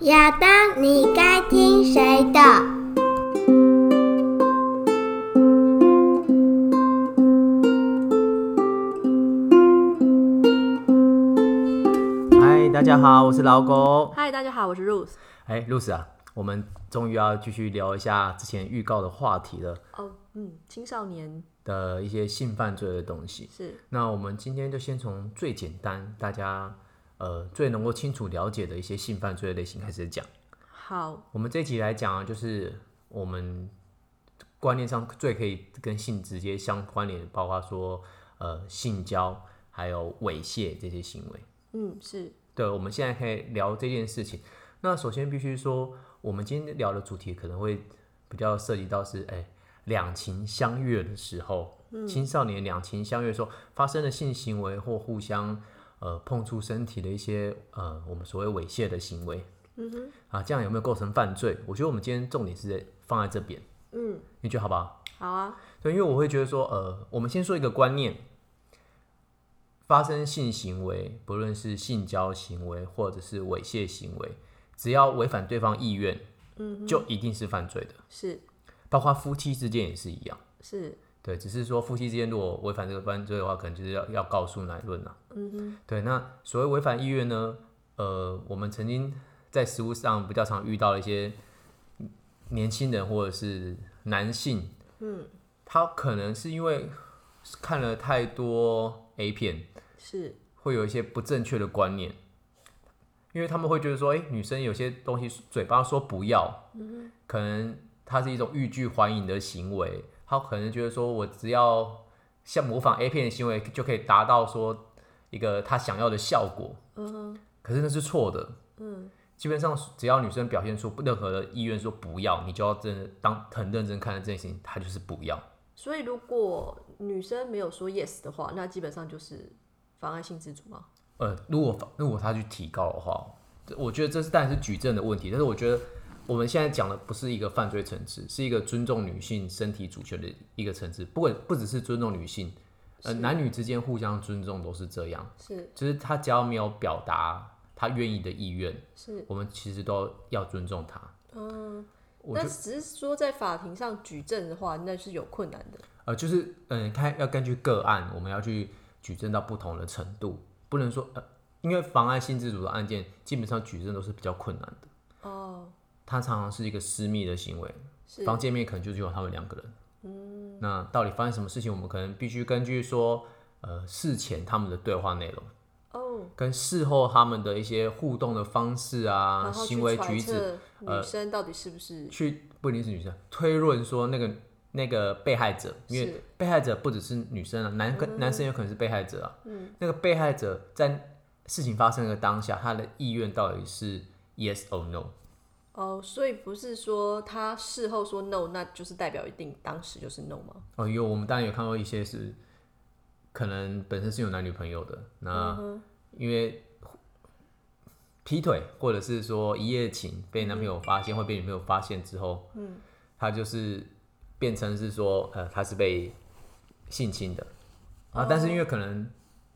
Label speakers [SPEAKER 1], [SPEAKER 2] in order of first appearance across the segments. [SPEAKER 1] 亚当，你该听谁的？
[SPEAKER 2] 嗨，大家好，我是老狗。
[SPEAKER 3] 嗨，大家好，我是 Rose。
[SPEAKER 2] 哎，露丝啊，我们终于要继续聊一下之前预告的话题了
[SPEAKER 3] 哦，嗯，青少年
[SPEAKER 2] 的一些性犯罪的东西。
[SPEAKER 3] 是
[SPEAKER 2] 那我们今天就先从最简单，大家呃最能够清楚了解的一些性犯罪类型开始讲。
[SPEAKER 3] 好，
[SPEAKER 2] 我们这一集来讲啊，就是我们观念上最可以跟性直接相关联，包括说呃性交还有猥亵这些行为。
[SPEAKER 3] 嗯，是
[SPEAKER 2] 对，我们现在可以聊这件事情。那首先必须说，我们今天聊的主题可能会比较涉及到是，哎，两情相悦的时候，青少年两情相悦的时候发生的性行为或互相呃碰触身体的一些呃我们所谓猥亵的行为，嗯哼，啊，这样有没有构成犯罪？我觉得我们今天重点是在放在这边，
[SPEAKER 3] 嗯，
[SPEAKER 2] 你觉得好不好？
[SPEAKER 3] 好啊，
[SPEAKER 2] 对，因为我会觉得说，呃，我们先说一个观念，发生性行为，不论是性交行为或者是猥亵行为，只要违反对方意愿，嗯，就一定是犯罪的，
[SPEAKER 3] 是
[SPEAKER 2] 包括夫妻之间也是一样。
[SPEAKER 3] 是，
[SPEAKER 2] 对，只是说夫妻之间如果违反这个犯罪的话，可能就是要要告诉乃论了。嗯哼，对，那所谓违反意愿呢，呃，我们曾经在实务上比较常遇到一些年轻人或者是男性，嗯，他可能是因为看了太多 A 片，
[SPEAKER 3] 是
[SPEAKER 2] 会有一些不正确的观念，因为他们会觉得说，哎、女生有些东西嘴巴说不要，可能它是一种欲拒还迎的行为，他可能觉得说我只要像模仿 A 片的行为就可以达到说一个他想要的效果，可是那是错的，基本上只要女生表现出任何的意愿说不要，你就要真的当很认真看待这件事情，她就是不要。
[SPEAKER 3] 所以如果女生没有说 yes 的话，那基本上就是妨碍性自主嘛。
[SPEAKER 2] 呃，如果法如果他去提高的话，这我觉得这是当然是举证的问题，但是我觉得我们现在讲的不是一个犯罪层次，是一个尊重女性身体主权的一个层次。不管不只是尊重女性，呃，男女之间互相尊重都是这样，
[SPEAKER 3] 是
[SPEAKER 2] 就是他只要没有表达他愿意的意愿，
[SPEAKER 3] 是，
[SPEAKER 2] 我们其实都要尊重他。
[SPEAKER 3] 嗯，
[SPEAKER 2] 我
[SPEAKER 3] 那
[SPEAKER 2] 就
[SPEAKER 3] 只是说在法庭上举证的话，那是有困难的。
[SPEAKER 2] 呃，就是嗯，看、要根据个案，我们要去举证到不同的程度，不能说呃，因为妨碍性自主的案件，基本上举证都是比较困难的。
[SPEAKER 3] 哦，
[SPEAKER 2] 它常常是一个私密的行为，
[SPEAKER 3] 是
[SPEAKER 2] 房间里面可能就只有他们两个人。嗯，那到底发生什么事情，我们可能必须根据说，呃，事前他们的对话内容，
[SPEAKER 3] 哦，
[SPEAKER 2] 跟事后他们的一些互动的方式啊、
[SPEAKER 3] 然后去
[SPEAKER 2] 行为
[SPEAKER 3] 揣
[SPEAKER 2] 举止，
[SPEAKER 3] 测
[SPEAKER 2] 呃
[SPEAKER 3] 女生到底是不是
[SPEAKER 2] 去不一定是女生推论说那个那个被害者，因为
[SPEAKER 3] 是嗯
[SPEAKER 2] 被害者不只是女生啊，男跟、男生有可能是被害者啊。嗯，那个被害者在事情发生的当下，他的意愿到底是 yes or no？
[SPEAKER 3] 哦，所以不是说他事后说 no，那就是代表一定当时就是 no 吗？
[SPEAKER 2] 哦，有，我们当然有看过一些是可能本身是有男女朋友的，那因为劈腿或者是说一夜情被男朋友发现或被女朋友发现之后，嗯，他就是变成是说呃他是被性侵的啊，但是因为可能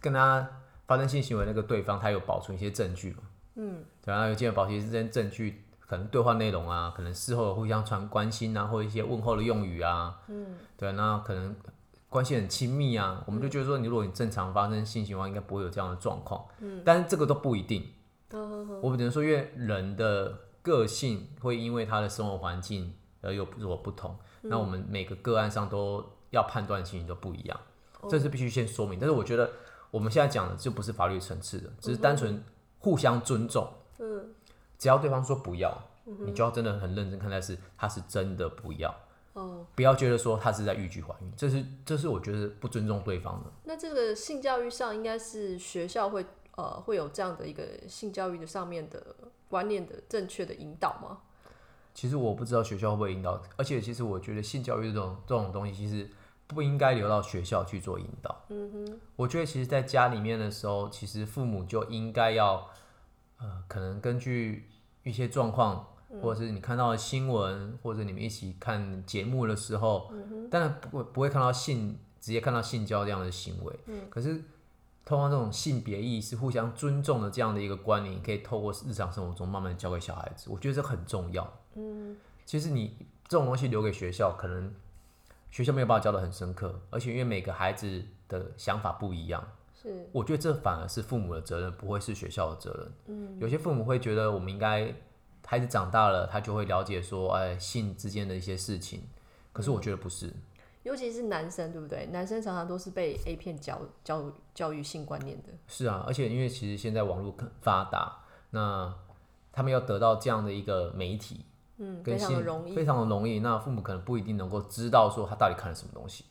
[SPEAKER 2] 跟他发生性行为那个对方他有保存一些证据嘛，嗯，对，然后有些保存一些证据。可能对话内容啊，可能事后互相传关心啊，或者一些问候的用语啊，对，那可能关系很亲密啊，我们就觉得说，你如果你正常发生性情况，应该不会有这样的状况。嗯，但是这个都不一定。我们只能说，因为人的个性会因为他的生活环境而有所不同，那我们每个个案上都要判断的情形都不一样，这是必须先说明。但是我觉得我们现在讲的就不是法律层次的，只是单纯互相尊重。
[SPEAKER 3] 嗯，
[SPEAKER 2] 只要对方说不要，你就要真的很认真看待是他是真的不要。
[SPEAKER 3] 哦，
[SPEAKER 2] 不要觉得说他是在欲拒还迎，这是这是我觉得不尊重对方的。
[SPEAKER 3] 那这个性教育上应该是学校会呃会有这样的一个性教育的上面的观念的正确的引导吗？
[SPEAKER 2] 其实我不知道学校会不会引导，而且其实我觉得性教育这种这种东西，其实不应该留到学校去做引导。嗯哼，我觉得其实在家里面的时候，其实父母就应该要，呃，可能根据一些状况，或者是你看到的新闻，或者你们一起看节目的时候，当然不会不会看到性直接看到性交这样的行为，可是通过这种性别意识、互相尊重的这样的一个观念，你可以透过日常生活中慢慢教给小孩子。我觉得这很重要。嗯，其实你这种东西留给学校，可能学校没有办法教的很深刻，而且因为每个孩子的想法不一样，
[SPEAKER 3] 是
[SPEAKER 2] 我觉得这反而是父母的责任，不会是学校的责任。嗯，有些父母会觉得我们应该孩子长大了，他就会了解说，哎，性之间的一些事情。可是我觉得不是，
[SPEAKER 3] 尤其是男生，对不对？男生常常都是被 A 片教教教育性观念的，
[SPEAKER 2] 是啊，而且因为其实现在网络更发达，那他们要得到这样的一个媒体，
[SPEAKER 3] 嗯，
[SPEAKER 2] 跟
[SPEAKER 3] 非常的
[SPEAKER 2] 信
[SPEAKER 3] 容易
[SPEAKER 2] 非，常的容易。那父母可能不一定能够知道说他到底看了什么东西。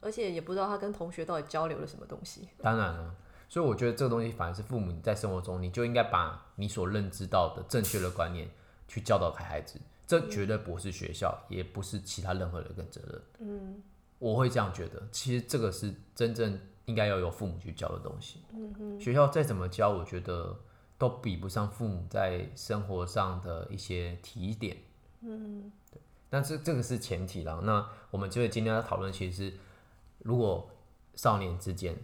[SPEAKER 3] 而且也不知道他跟同学到底交流了什么东西。
[SPEAKER 2] 当然了，所以我觉得这个东西反而是父母你在生活中，你就应该把你所认知到的正确的观念去教导给孩子。这绝对不是学校，也不是其他任何人跟责任。嗯，我会这样觉得。其实这个是真正应该要由父母去教的东西。嗯学校再怎么教，我觉得都比不上父母在生活上的一些提点。嗯，对。但是这个是前提啦。那我们就是今天要讨论，其实是如果少年之间，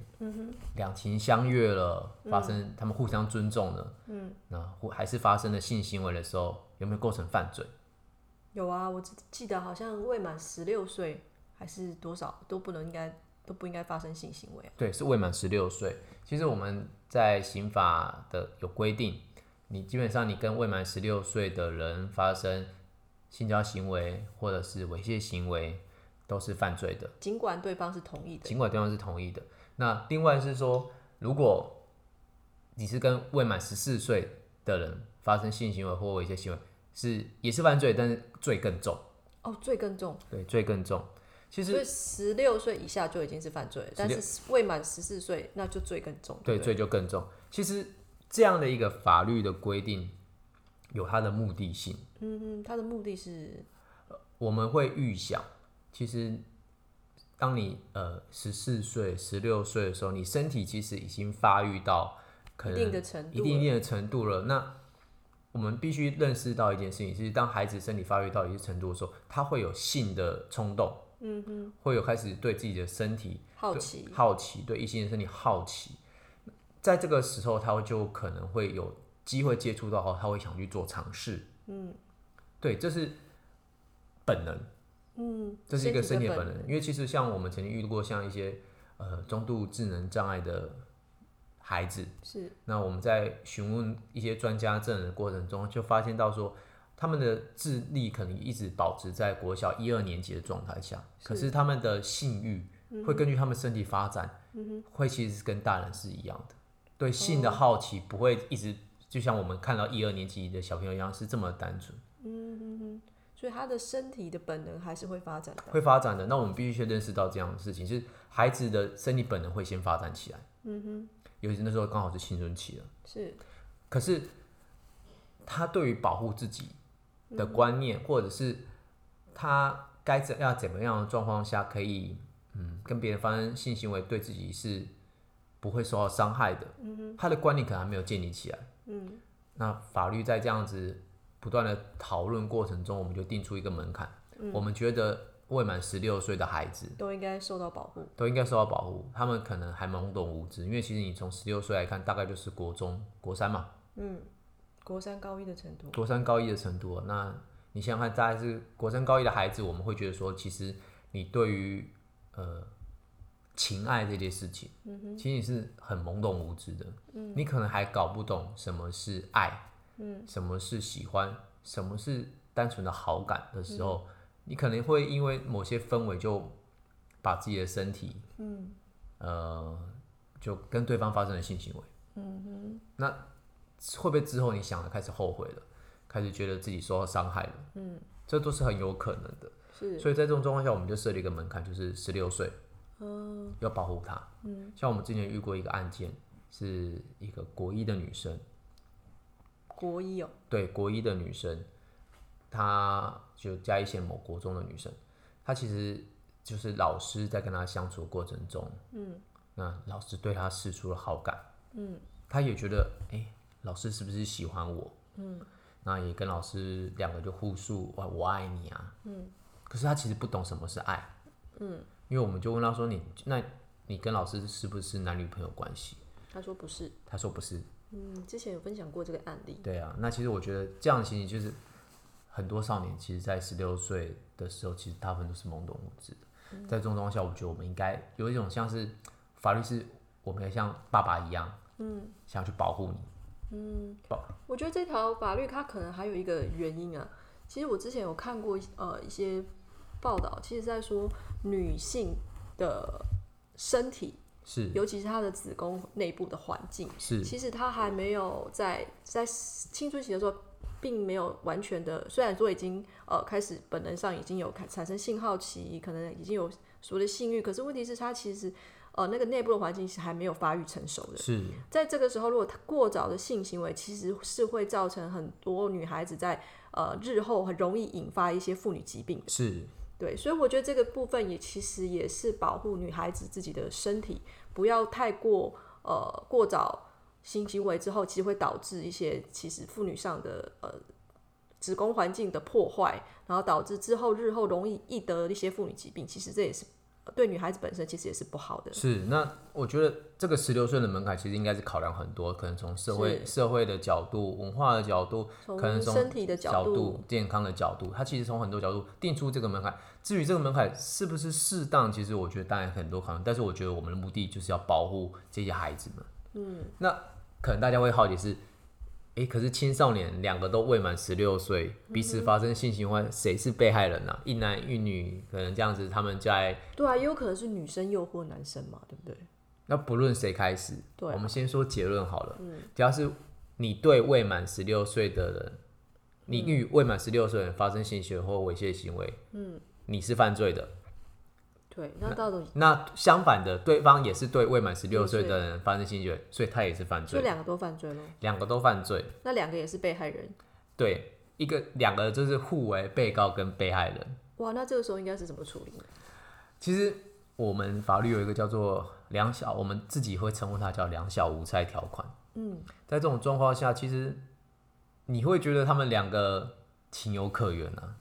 [SPEAKER 2] 两情相悦了，发生他们互相尊重了，嗯，那或还是发生了性行为的时候，有没有构成犯罪？
[SPEAKER 3] 有啊，我只记得好像未满十六岁还是多少都不能应该都不应该发生性行为啊。
[SPEAKER 2] 对，是未满十六岁。其实我们在刑法的有规定，你基本上你跟未满十六岁的人发生性交行为或者是猥亵行为，都是犯罪的。
[SPEAKER 3] 尽管对方是同意的，
[SPEAKER 2] 尽管对方是同意的。那另外是说，如果你是跟未满十四岁的人发生性行为或猥亵行为，是也是犯罪，但是罪更重，
[SPEAKER 3] 哦，罪更重，
[SPEAKER 2] 对，罪更重。其
[SPEAKER 3] 所
[SPEAKER 2] 实
[SPEAKER 3] 以十六岁以下就已经是犯罪了，但是未满十四岁那就罪更重。
[SPEAKER 2] 对
[SPEAKER 3] 不
[SPEAKER 2] 罪就更重。其实这样的一个法律的规定有它的目的性，
[SPEAKER 3] 嗯嗯，他的目的是
[SPEAKER 2] 我们会预想，其实当你呃十四岁、十六岁的时候，你身体其实已经发育到可
[SPEAKER 3] 一
[SPEAKER 2] 能
[SPEAKER 3] 定的程度
[SPEAKER 2] 一定一定的程度了。那我们必须认识到一件事情，是当孩子身体发育到一定程度的时候，他会有性的冲动，嗯哼，会有开始对自己的身体
[SPEAKER 3] 好奇
[SPEAKER 2] 对，好奇对异性的身体好奇，在这个时候，他就可能会有机会接触到哦后，他会想去做尝试，嗯，对，这是本能，
[SPEAKER 3] 嗯，
[SPEAKER 2] 这是一个身
[SPEAKER 3] 身
[SPEAKER 2] 体
[SPEAKER 3] 体
[SPEAKER 2] 的
[SPEAKER 3] 的
[SPEAKER 2] 本能，因为其实像我们曾经遇过像一些呃中度智能障碍的孩子，
[SPEAKER 3] 是
[SPEAKER 2] 那我们在询问一些专家证人的过程中，就发现到说，他们的智力可能一直保持在国小一二年级的状态下，可是嗯他们的性欲会根据他们身体发展，会其实是跟大人是一样的，对性的好奇不会一直就像我们看到一二年级的小朋友一样是这么单纯，
[SPEAKER 3] 嗯所以他的身体的本能还是会发展的。
[SPEAKER 2] 会发展的。那我们必须先认识到这样的事情，就是孩子的身体本能会先发展起来，嗯哼，尤其那时候刚好是青春期了。
[SPEAKER 3] 是
[SPEAKER 2] 可是他对于保护自己的观念，或者是他该怎要怎么样的状况下可以，嗯，跟别人发生性行为，对自己是不会受到伤害的。嗯、他的观念可能还没有建立起来。嗯，那法律在这样子不断的讨论过程中，我们就定出一个门槛。我们觉得未满十六岁的孩子，
[SPEAKER 3] 都应该受到保护。
[SPEAKER 2] 都应该受到保护。他们可能还懵懂无知，因为其实你从十六岁来看，大概就是国中、国三嘛，
[SPEAKER 3] 国三高一的程度，
[SPEAKER 2] 国三高一的程度了。那你想想看，大概是国三高一的孩子，我们会觉得说，其实你对于呃情爱这件事情，其实你是很懵懂无知的，你可能还搞不懂什么是爱，嗯，什么是喜欢，什么是单纯的好感的时候，你可能会因为某些氛围就把自己的身体，嗯，呃，就跟对方发生了性行为，嗯哼，那会不会之后你想了开始后悔了，开始觉得自己受到伤害了，嗯，这都是很有可能的。
[SPEAKER 3] 是
[SPEAKER 2] 所以在这种状况下，我们就设立一个门槛，就是十六岁，要保护她。哦嗯，像我们之前遇过一个案件，是一个国一的女生，
[SPEAKER 3] 国一哦，
[SPEAKER 2] 对国一的女生，她就嘉义县某国中的女生，她其实就是老师在跟她相处的过程中，嗯，那老师对她示出了好感，嗯，她也觉得，哎、老师是不是喜欢我？嗯，那也跟老师两个就互诉，我我爱你啊，嗯，可是她其实不懂什么是爱，嗯，因为我们就问她说，你那你跟老师是不是男女朋友关系？
[SPEAKER 3] 他说不是，
[SPEAKER 2] 他说不是，
[SPEAKER 3] 嗯，之前有分享过这个案例，
[SPEAKER 2] 对啊，那其实我觉得这样的情形就是很多少年，其实在十六岁的时候，其实大部分都是懵懂无知的。
[SPEAKER 3] 嗯
[SPEAKER 2] 在这种状况下，我觉得我们应该有一种像是法律是，我们要像爸爸一样，嗯，想要去保护你，
[SPEAKER 3] 我觉得这条法律它可能还有一个原因啊。其实我之前有看过一呃一些报道，其实在说女性的身体，
[SPEAKER 2] 是
[SPEAKER 3] 尤其是她的子宫内部的环境，
[SPEAKER 2] 是
[SPEAKER 3] 其实她还没有在在青春期的时候，并没有完全的，虽然说已经呃开始本能上已经有开产生信号期，可能已经有所谓的性欲，可是问题是她其实呃那个内部的环境是还没有发育成熟的。
[SPEAKER 2] 是
[SPEAKER 3] 在这个时候，如果他过早的性行为，其实是会造成很多女孩子在呃日后很容易引发一些妇女疾病。
[SPEAKER 2] 是
[SPEAKER 3] 对，所以我觉得这个部分也其实也是保护女孩子自己的身体，不要太过呃过早性行为之后，其实会导致一些其实妇女上的呃子宫环境的破坏，然后导致之后日后容易易得一些妇女疾病。其实这也是呃对女孩子本身其实也是不好的。
[SPEAKER 2] 是。那我觉得这个十六岁的门槛其实应该是考量很多，可能从社会
[SPEAKER 3] 是
[SPEAKER 2] 社会的角度、文化的角度，
[SPEAKER 3] 从
[SPEAKER 2] 可能从
[SPEAKER 3] 身体的角
[SPEAKER 2] 角
[SPEAKER 3] 度
[SPEAKER 2] 健康的角度，它其实从很多角度定出这个门槛。至于这个门槛是不是适当，其实我觉得当然很多考量，但是我觉得我们的目的就是要保护这些孩子们。嗯，那可能大家会好奇是，诶，可是青少年两个都未满十六岁，彼
[SPEAKER 3] 嗯
[SPEAKER 2] 此发生性行为，谁是被害人呢、啊一男一女，可能这样子，他们在
[SPEAKER 3] 对啊，也有可能是女生诱惑男生嘛，对不对？
[SPEAKER 2] 那不论谁开始，
[SPEAKER 3] 对啊嗯
[SPEAKER 2] 我们先说结论好了。只要是你对未满十六岁的人，你与未满十六岁的人发生性行为或猥亵行为，嗯，你是犯罪的。
[SPEAKER 3] 对，那到底
[SPEAKER 2] 那相反的，对方也是对未满十六岁
[SPEAKER 3] 对
[SPEAKER 2] 的人发生性行为，所以他也是犯
[SPEAKER 3] 就
[SPEAKER 2] 罪，
[SPEAKER 3] 两个都犯罪喽？
[SPEAKER 2] 两个都犯罪。
[SPEAKER 3] 那两个也是被害人。
[SPEAKER 2] 对，一个两个就是互为被告跟被害人。
[SPEAKER 3] 哇，那这个时候应该是怎么处理呢？
[SPEAKER 2] 其实我们法律有一个叫做两小，我们自己会称呼它叫两小无猜条款。
[SPEAKER 3] 嗯，
[SPEAKER 2] 在这种状况下，其实你会觉得他们两个情有可原啊。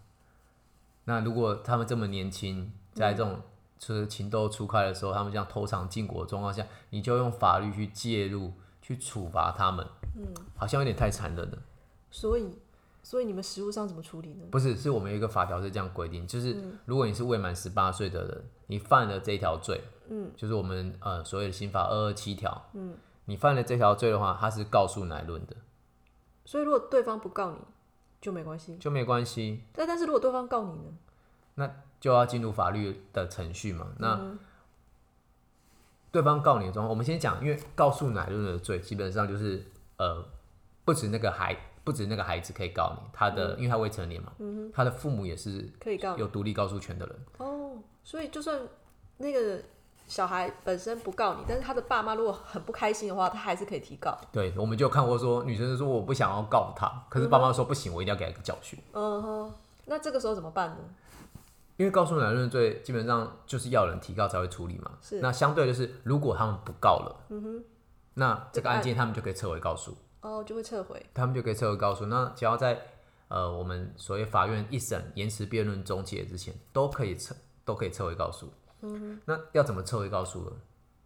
[SPEAKER 2] 那如果他们这么年轻，在这种就是情窦初开的时候，他们这样偷尝禁果的状况下，你就用法律去介入去处罚他们，嗯，好像有点太残忍了。
[SPEAKER 3] 所以，所以你们实务上怎么处理呢？
[SPEAKER 2] 不是，是我们有一个法条是这样规定，就是如果你是未满十八岁的人，你犯了这条罪，嗯，就是我们呃所谓的刑法二二七条，嗯，你犯了这条罪的话，它是告诉乃论的，
[SPEAKER 3] 所以如果对方不告你，就没关系。
[SPEAKER 2] 就没关系，
[SPEAKER 3] 但但是如果对方告你呢？
[SPEAKER 2] 就要进入法律的程序嘛。那、对方告你的状况，我们先讲，因为告诉乃论的罪基本上就是呃，不止那个孩，不止那个孩子可以告你，他的、因为他未成年嘛，他的父母也是
[SPEAKER 3] 可以告你
[SPEAKER 2] 有独立告诉权的人。
[SPEAKER 3] 哦。所以就算那个小孩本身不告你，但是他的爸妈如果很不开心的话，他还是可以提告。
[SPEAKER 2] 对，我们就有看过说，女生就说我不想要告他，可是爸妈说不行，我一定要给他一个教训，
[SPEAKER 3] 嗯哼，那这个时候怎么办呢？
[SPEAKER 2] 因为告诉男论罪基本上就是要人提告才会处理嘛。
[SPEAKER 3] 是
[SPEAKER 2] 那相对就是，如果他们不告了，嗯哼，哎那这个案件他们就可以撤回告诉，
[SPEAKER 3] 哦，就会撤回。
[SPEAKER 2] 他们就可以撤回告诉。那只要在呃我们所谓法院一审延迟辩论终结之前，都可以撤，都可以撤回告诉。嗯哼，那要怎么撤回告诉呢？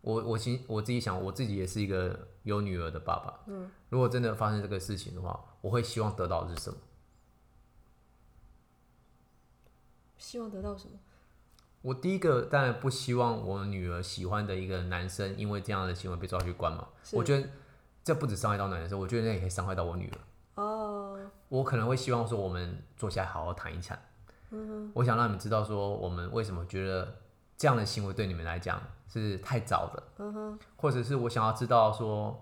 [SPEAKER 2] 我我其我自己想，我自己也是一个有女儿的爸爸。嗯，如果真的发生这个事情的话，我会希望得到的是什么？
[SPEAKER 3] 希望得到什么？
[SPEAKER 2] 我第一个当然不希望我女儿喜欢的一个男生因为这样的行为被抓去关嘛。
[SPEAKER 3] 是
[SPEAKER 2] 我觉得这不止伤害到男生，我觉得那也可以伤害到我女儿。
[SPEAKER 3] 哦，
[SPEAKER 2] 我可能会希望说，我们坐下来好好谈一谈。嗯，我想让你们知道说，我们为什么觉得这样的行为对你们来讲是太早的。嗯哼，或者是我想要知道说，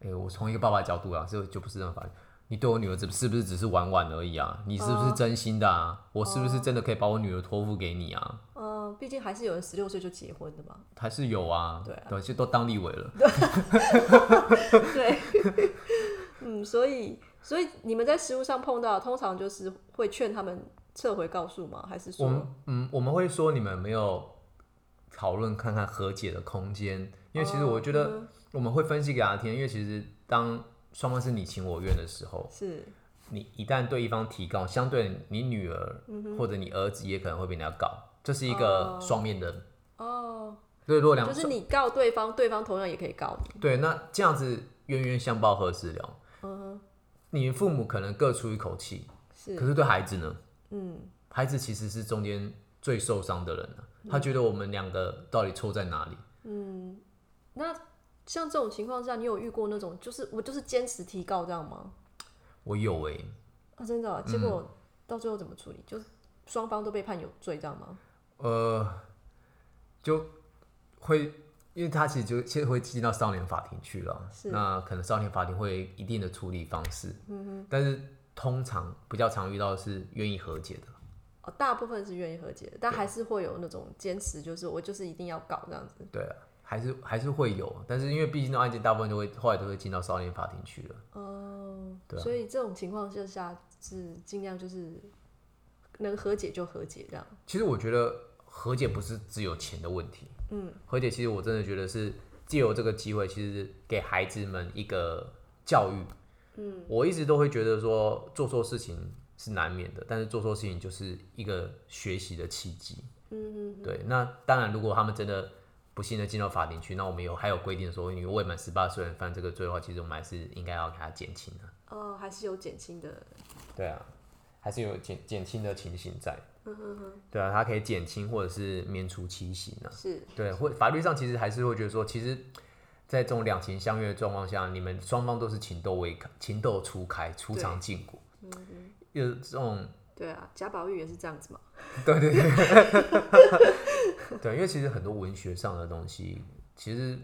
[SPEAKER 2] 诶、我从一个爸爸的角度啊，这就不是这么法律。你对我女儿只是不是只是玩玩而已啊？你是不
[SPEAKER 3] 哦
[SPEAKER 2] 是真心的啊？我是不是真的可以把我女儿托付给你啊？
[SPEAKER 3] 嗯，毕竟还是有人十六岁就结婚的嘛。
[SPEAKER 2] 还是有啊，
[SPEAKER 3] 对啊
[SPEAKER 2] 对，就都当立委了。
[SPEAKER 3] 对，嗯，所以所以你们在实务上碰到，通常就是会劝他们撤回告诉吗？还是
[SPEAKER 2] 我们
[SPEAKER 3] 说，
[SPEAKER 2] 嗯，我们会说你们有没有讨论看看和解的空间，因为其实我觉
[SPEAKER 3] 哦
[SPEAKER 2] 得我们会分析给他听，因为其实当双方是你情我愿的时候，
[SPEAKER 3] 是
[SPEAKER 2] 你一旦对一方提告，相对你女儿或者你儿子也可能会被人家告，这是一个
[SPEAKER 3] 哦
[SPEAKER 2] 双面的
[SPEAKER 3] 哦？
[SPEAKER 2] 对，如果两
[SPEAKER 3] 就是你告对方，对方同样也可以告你。
[SPEAKER 2] 对，那这样子冤冤相报何时了？你父母可能各出一口气，
[SPEAKER 3] 是，
[SPEAKER 2] 可是对孩子呢？
[SPEAKER 3] 嗯，
[SPEAKER 2] 孩子其实是中间最受伤的人了、他觉得我们两个到底错在哪里？
[SPEAKER 3] 嗯那像这种情况下，你有遇过那种就是我就是坚持提告这样吗？
[SPEAKER 2] 我有欸诶、
[SPEAKER 3] 啊，真的啊、结
[SPEAKER 2] 嗯
[SPEAKER 3] 果到最后怎么处理？就是双方都被判有罪这样吗？
[SPEAKER 2] 呃，就会，因为他其实就其实会进到少年法庭去了，
[SPEAKER 3] 是
[SPEAKER 2] 那可能少年法庭会有一定的处理方式，嗯但是通常比较常遇到的是愿意和解的，
[SPEAKER 3] 哦，大部分是愿意和解的，但还是会有那种坚持，就是我就是一定要搞这样子。
[SPEAKER 2] 对啊，还是还是会有，但是因为毕竟那案件大部分都会后来都会进到少年法庭去了，
[SPEAKER 3] 哦，
[SPEAKER 2] 对啊
[SPEAKER 3] 所以这种情况之下是尽量就是能和解就和解这样。
[SPEAKER 2] 其实我觉得和解不是只有钱的问题，
[SPEAKER 3] 嗯，
[SPEAKER 2] 和解其实我真的觉得是借由这个机会，其实给孩子们一个教育。嗯，我一直都会觉得说做错事情是难免的，但是做错事情就是一个学习的契机。嗯嗯，对。那当然，如果他们真的不幸的进到法庭去，那我们有还有规定说，你未满十八岁人犯这个罪的话，其实我们还是应该要给他减轻啊的。
[SPEAKER 3] 哦，还是有减轻的。
[SPEAKER 2] 对啊，还是有减减轻的情形在。
[SPEAKER 3] 嗯
[SPEAKER 2] 对啊，他可以减轻或者是免除其刑啊。
[SPEAKER 3] 是，
[SPEAKER 2] 对，会法律上其实还是会觉得说，其实，在这种两情相悦的状况下，你们双方都是情窦未开，情窦初开，初尝禁果。
[SPEAKER 3] 嗯
[SPEAKER 2] 有这种
[SPEAKER 3] 对啊，贾宝玉也是这样子嘛。
[SPEAKER 2] 对对对，对，因为其实很多文学上的东西，其实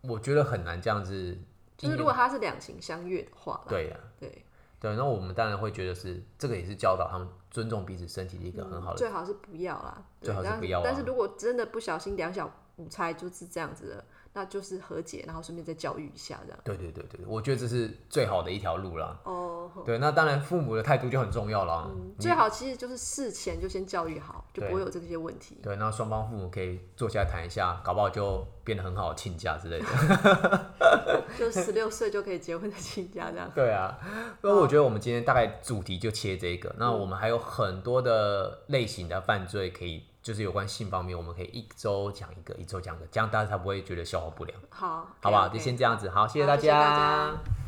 [SPEAKER 2] 我觉得很难这样子。
[SPEAKER 3] 就是如果他是两情相悦的话啦，
[SPEAKER 2] 对呀、啊
[SPEAKER 3] 对，
[SPEAKER 2] 对，那我们当然会觉得是这个也是教导他们尊重彼此身体的一个很好的
[SPEAKER 3] 最好是不要啦。对
[SPEAKER 2] 最好是
[SPEAKER 3] 但
[SPEAKER 2] 不要啊
[SPEAKER 3] 但是如果真的不小心两小无猜就是这样子的，那就是和解，然后顺便再教育一下这样。
[SPEAKER 2] 对对对对，我觉得这是最好的一条路啦。
[SPEAKER 3] 哦，
[SPEAKER 2] 对，那当然父母的态度就很重要啦。
[SPEAKER 3] 最好其实就是事前就先教育好，就
[SPEAKER 2] 对
[SPEAKER 3] 不会有这些问题。
[SPEAKER 2] 对，那双方父母可以坐下来谈一下，搞不好就变得很好亲家之类的。
[SPEAKER 3] 就十六岁就可以结婚的亲家 这样。
[SPEAKER 2] 对啊，那我觉得我们今天大概主题就切这个。那我们还有很多的类型的犯罪可以，就是有关性方面，我们可以一周讲一个，一周讲一个，这样大家才不会觉得消化不良，
[SPEAKER 3] 好，
[SPEAKER 2] 好不好？
[SPEAKER 3] OK，OK
[SPEAKER 2] 就先这样子，好，谢谢
[SPEAKER 3] 好
[SPEAKER 2] 大
[SPEAKER 3] 谢谢大家
[SPEAKER 2] 家